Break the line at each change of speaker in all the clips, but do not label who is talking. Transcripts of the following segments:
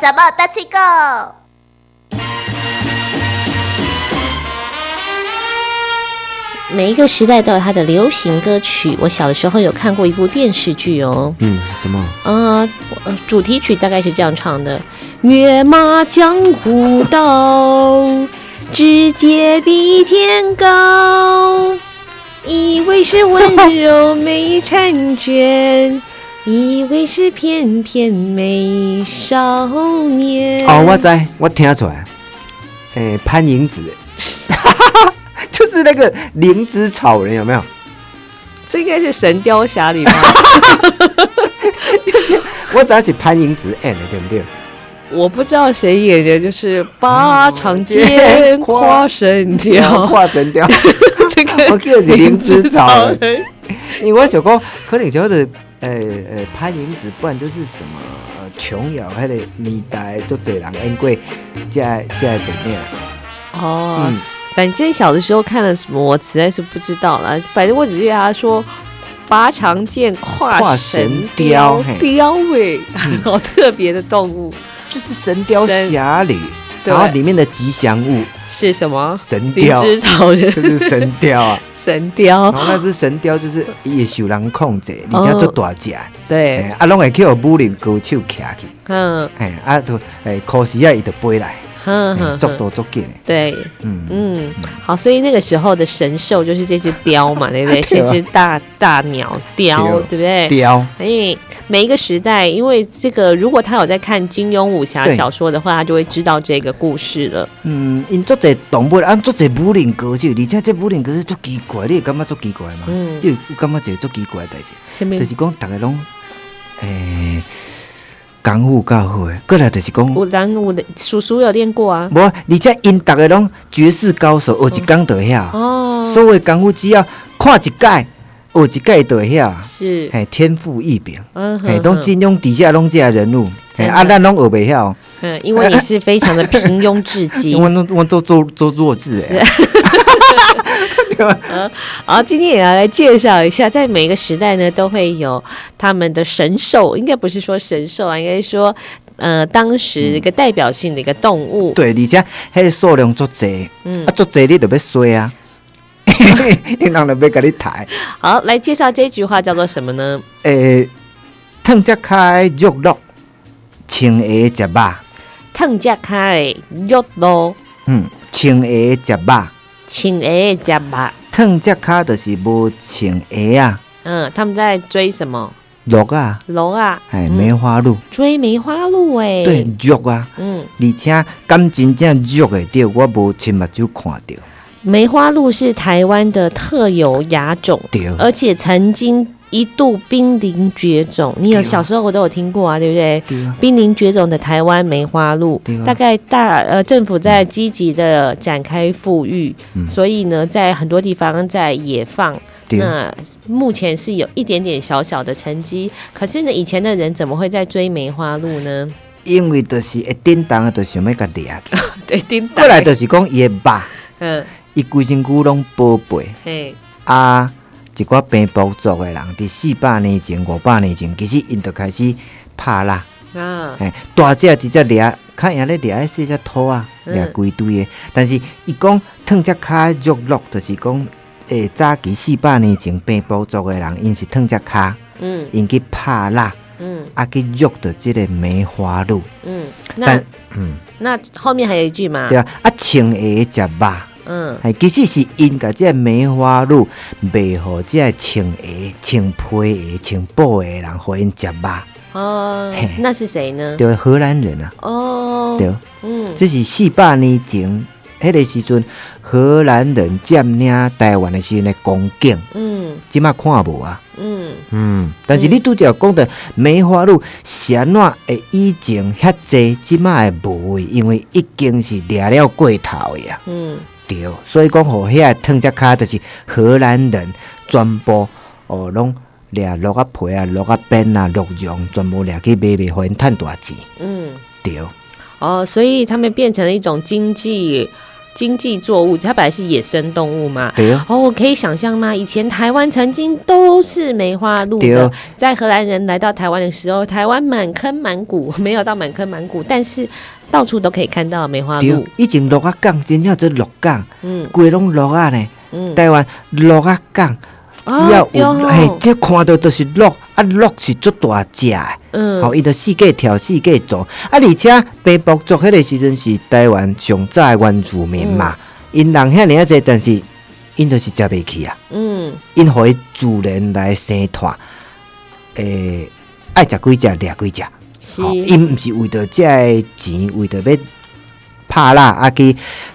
怎么大七个？
每一个时代都有它的流行歌曲。我小的时候有看过一部电视剧哦，
嗯，什么？
呃，呃主题曲大概是这样唱的：跃马江湖道，直接比天高。以为是温柔没婵娟，以为是翩翩美少年。
哦，我知，我听出来。
嗯
哎、潘迎紫， 就是那个灵芝草人，有没有？
这应该是《神雕侠侣》 吧？
我只要是潘迎紫演的，对不对？
我不知道谁演的，就是八长 剑
嗯
跨神
要
雕，
跨神 雕，
这个
我记得是灵芝草人。
人。
因为我想讲，可能就是呃呃潘迎紫，不然就是什么呃琼瑶迄个年代，足侪人演过这这的电影。
哦，
嗯
反正小的时候看了什么，我实在是不知道了。反正我只记得他说八长剑跨
跨
神
神雕
雕
嘿，嗯
雕尾，好特别的动物
就是《神雕侠侣》，
对
然后里面的吉祥物
是什么？
神
灵
雕，
芝草
就
人，
是神雕啊。
神雕
然，后那只神雕就是也受人控制，
哦
而且做大只，哎、
对，
啊，拢会去互武林高手徛去，
嗯
哎、啊，就哎，可惜啊，伊就飞来，
哼
哎
嗯哼，
速度足紧的，
对，
嗯
嗯，好，所以那个时候的神兽就是这只雕嘛，对不对？是
对
一
啊
只大大鸟雕，对不对？
雕，
所以哎每一个时代，因为这个，如果他有在看金庸武侠
对
小说的话，他就会知道这个故事了。
嗯，因足侪动物，按足侪武林高手，而且这武林高手足奇怪，你会感觉足奇怪吗？
嗯
你有有感觉一个足奇怪的代志，
下面
就是讲逐个拢，哎、功夫较好的，过来就是讲。
我咱我的叔叔有练过啊。
无，而且因逐个拢绝世高手，学一工就会晓。
哦，
所有的功夫只要看一届，学一届就会晓。
是，
嘿，天赋异禀，
嗯哼
嘿，拢
哼
金庸底下拢这些人物，嘿，
真的
啊，咱拢学袂晓，
嗯，因为你是非常的平庸 至极。
我拢我都做做弱智诶。
好，今天也要来介绍一下，在每个时代呢，都会有他们的神兽，应该不是说神兽啊，应该说呃，当时一个代表性的一个动物。
嗯对，而且迄个数量足济，
嗯
啊，足济你就要衰啊， 因人就要甲你抬。
好，来介绍这句话叫做什么呢？
诶，烫只开肉肉，青鞋食肉，
烫架开肉咯，
嗯，青鞋食肉。
请哎加吧。
烫只骹就是无穿鞋啊，
嗯，他们在追什么？
肉啊，
龙啊，
哎，
嗯
梅花鹿，
追梅花鹿哎、
对，，肉啊，
嗯，
而且敢真正肉的着，我无亲目睭看着，
梅花鹿是台湾的特有亚种，
对，
而且曾经一度濒临绝种。你有
对啊
小时候我都有听过啊，对不对？
对啊，
濒临绝种的台湾梅花鹿
对，啊
大概大呃政府在积极的展开富裕，
嗯
所以呢，在很多地方在野放，
对，
那目前是有一点点小小的成绩，可是呢，以前的人怎么会在追梅花鹿呢？
因为就是会叮当的，就想要甲掠去，
对，叮当
过来就是讲伊的肉，
嗯，
伊规身躯拢宝贝
嘿，
啊。一寡平埔族的人，伫四百年前、五百年前，其实因就开始拍啦，
啊，
哎，大只直接掠，较赢咧掠迄细只兔啊，
嗯
掠规堆的。但是伊讲烫只骹肉落，就是讲，诶、早期四百年前被捕族的人，因是烫只骹，
嗯
因去拍蜡，
嗯
啊去肉着即个梅花鹿。
嗯，那
但嗯，
那后面还有一句嘛
对，啊，啊穿鞋食肉，
嗯，
哎，其实是因甲即个梅花鹿卖互即个穿鞋、穿皮鞋、穿布鞋的人，互因食肉，
哦
嘿，
那是谁呢？
对荷兰人啊，
哦，
对。
嗯，
这是四百年前，迄个时阵荷兰人占领台湾的时阵的光景，
嗯
即马看无啊。
嗯
嗯，但是你拄则有讲的梅花鹿是安怎会以前遐济，即马会无的，因为已经是掠了过头的啊。
嗯，
对，所以讲，互遐烫只骹就是荷兰人全部哦，拢掠鹿啊皮啊、鹿啊鞭啊、鹿茸，全部掠去卖卖，互因趁大钱。
嗯，
对，
哦，所以他们变成了一种经济。经济作物，它本来是野生动物嘛。
对哦，
哦，可以想象吗？以前台湾曾经都是梅花鹿
对
的
哦，
在荷兰人来到台湾的时候，台湾满坑满谷， 没有到满坑满谷，但是到处都可以看到梅花
对
鹿。，
以前鹿啊港真正做鹿港，
嗯
规拢鹿啊呢，
嗯，
台湾鹿啊港。只要
哦对
有
哦
嘿，这看到都是鹿，啊鹿是足大只的，
嗯，
吼、伊着四界跳，四界走。啊，而且白伯族迄个时阵是台湾上早的原住民嘛，因、人遐尔啊济，但是因着是食袂起啊，
嗯
因互伊自然来生团，诶、爱食几只掠几只，
是，
吼因毋是为着遮个钱，为着要拍啦啊去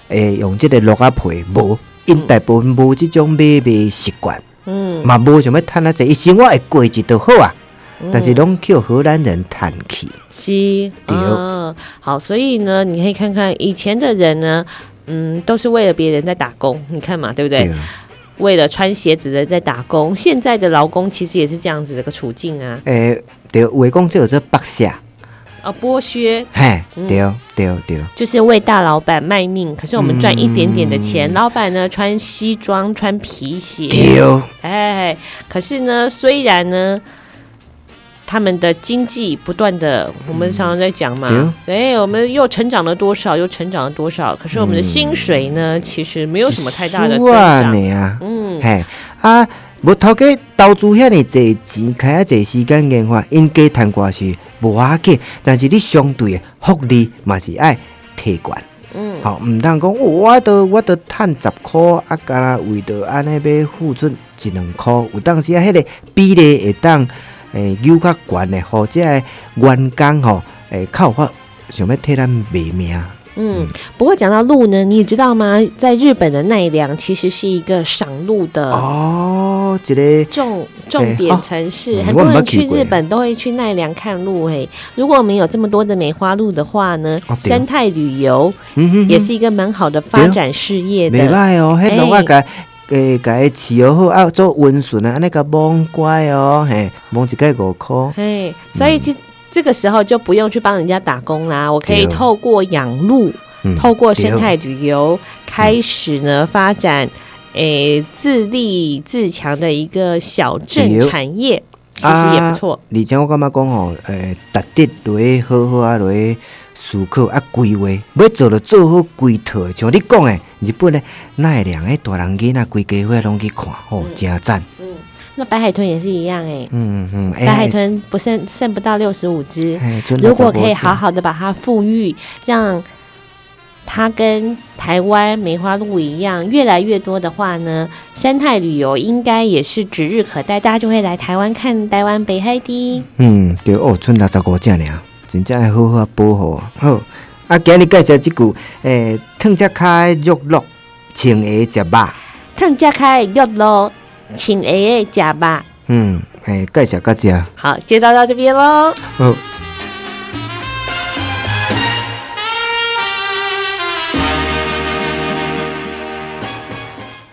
诶、用即个鹿仔皮无，因大部分无即种买卖习惯。
嗯，
嘛无想要趁啊济，伊生活会过一就好啊。但是拢叫荷兰人趁去，
是，
对哦
嗯，好，所以呢，你可以看看以前的人呢，嗯，都是为了别人在打工，你看嘛，对不对？
对
为了穿鞋子的人在打工，现在的劳工其实也是这样子的一个处境啊，
诶、对，有诶讲这有做北下，
啊，剥削
嘿，
嗯
对对对，
就是为大老板卖命，可是我们赚一点点的钱，
嗯
老板呢穿西装穿皮鞋，
对
哎，可是呢，虽然呢，他们的经济不断的，我们常常在讲嘛，哎，我们又成长了多少，又成长了多少，可是我们的薪水呢，其实没有什么太大的增长，
呢啊，
嗯，
嘿啊，无头家投资遐尼济钱，开遐济时间研发，因加趁寡是无要紧，但是你相对诶福利嘛是爱提悬。
嗯，
吼、毋通讲哦我都我都趁十箍，啊，敢若为着安尼要付出一两箍，有当时啊，迄个比例会当诶有较悬诶，或者员工吼诶较有法呃想要替咱卖命。
嗯，不过讲到鹿呢，你知道吗？在日本的奈良其实是一个赏鹿的
哦，一个
重重点城市，
哎哦
很多
嗯我
人
没去
去
过
日本都会去奈良看鹿。嘿，如果我们有这么多的梅花鹿的话呢，
哦对
生态旅游
嗯哼
也是一个蛮好的发展事业
袂
的。
歹哦，迄
哎
龙我甲。诶，甲伊饲好好，啊，做温顺啊，安尼甲摸乖哦，嘿，摸一个五箍，
嘿，所以这、这个时候就不用去帮人家打工啦，我可
嗯
以
对哦
透过养鹿，
嗯啊
透过生态旅游开始呢发展，诶、自立自强的一个小镇
对哦
产业，其实也不错。
而且我感觉讲吼，诶、值得落去好好啊落去思考啊规划，要做就做好规套。像你讲诶，日本诶奈良诶大人囡仔规家伙拢去看，吼、真赞。
那白海豚也是一样哎、
嗯嗯，哎
白海豚不剩剩不到六十五只，
哎真的
如果可以
差不多
好好的把它富裕，让它跟台湾梅花鹿一样越来越多的话呢，生态旅游应该也是指日可待，大家就会来台湾看台湾北海堤。
嗯，对哦，剩六十五只尔，真正要好好保护。好，啊，今日介绍即句，诶、烫只脚诶肉肉，穿鞋食肉。
烫家开肉咯，请爷爷加吧。
嗯，诶、介绍到遮，
好，介绍到这边喽。
好。